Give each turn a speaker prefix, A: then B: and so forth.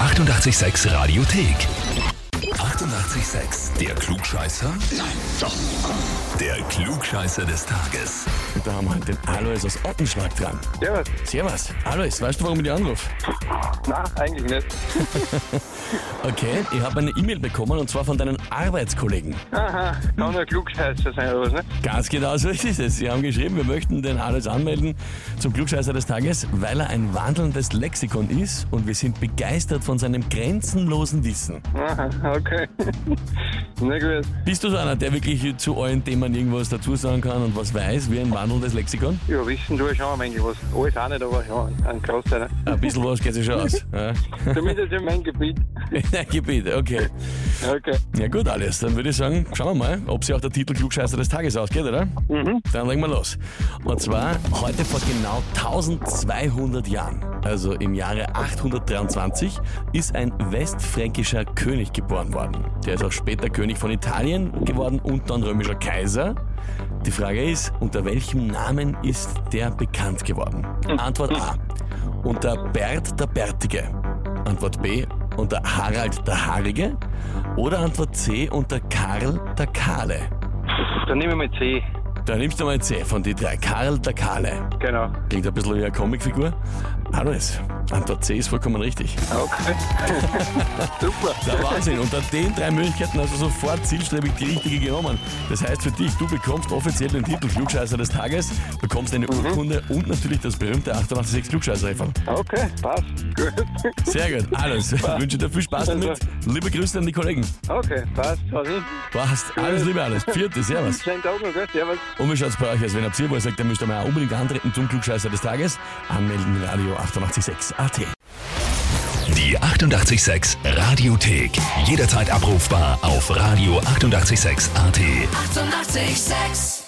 A: 886 Radiothek. 88,6. Der Klugscheißer? Nein, doch. Der Klugscheißer des Tages.
B: Da haben wir halt den Alois aus Ottenschlag dran.
C: Servus.
B: Servus. Alois, weißt du, warum ich dich anrufe?
C: Na, eigentlich nicht.
B: Okay, ich habe eine E-Mail bekommen und zwar von deinen Arbeitskollegen.
C: Aha, kann nur Klugscheißer sein oder was, ne?
B: Ganz genau so ist es. Sie haben geschrieben, wir möchten den Alois anmelden zum Klugscheißer des Tages, weil er ein wandelndes Lexikon ist und wir sind begeistert von seinem grenzenlosen Wissen.
C: Aha, okay. Na gut.
B: Bist du so einer, der wirklich zu euren Themen irgendwas dazu sagen kann und was weiß, wie ein wandelndes Lexikon?
C: Ja, wissen du schon, manche was. Alles auch nicht, aber schon ein Großteil. Ne?
B: Ein bisschen was geht sich schon aus. Ja?
C: Zumindest in meinem Gebiet.
B: In deinem Gebiet, okay.
C: Okay.
B: Ja gut, alles. Dann würde ich sagen, schauen wir mal, ob sich auch der Titel Klugscheißer des Tages ausgeht, oder? Mhm. Dann legen wir los. Und zwar heute vor genau 1200 Jahren, also im Jahre 823, ist ein westfränkischer König geboren worden. Der ist auch später König von Italien geworden und dann römischer Kaiser. Die Frage ist, unter welchem Namen ist der bekannt geworden? Antwort A. Unter Bert der Bärtige. Antwort B. Unter Harald der Haarige. Oder Antwort C. Unter Karl der Kahle.
C: Dann nehmen wir mal C.
B: Da nimmst du mal C von die drei. Karl der Kahle.
C: Genau.
B: Klingt ein bisschen wie eine Comicfigur. Alles. Antwort C ist vollkommen richtig.
C: Okay. Super.
B: Der Wahnsinn. Unter den drei Möglichkeiten hast du sofort zielstrebig die richtige genommen. Das heißt für dich, du bekommst offiziell den Titel Klugscheißer des Tages, bekommst eine Urkunde und natürlich das berühmte 886 klugscheißer -Häferl.
C: Okay, passt. Gut.
B: Sehr gut, alles. Ich wünsche dir viel Spaß damit. Liebe Grüße an die Kollegen.
C: Okay, passt. Also,
B: Passt. Alles Liebe, alles. Vierte, Servus.
C: schönen Tag noch, gell? Servus.
B: Und wie schaut's bei euch aus? Wenn ihr habt, wo ihr sagt, dann müsst ihr mal unbedingt antreten zum Klugscheißer des Tages. Anmelden Radio 886 AT.
A: Die 88,6 Radiothek. Jederzeit abrufbar auf radio886.at. 88,6.
D: Eighty-eight, sex.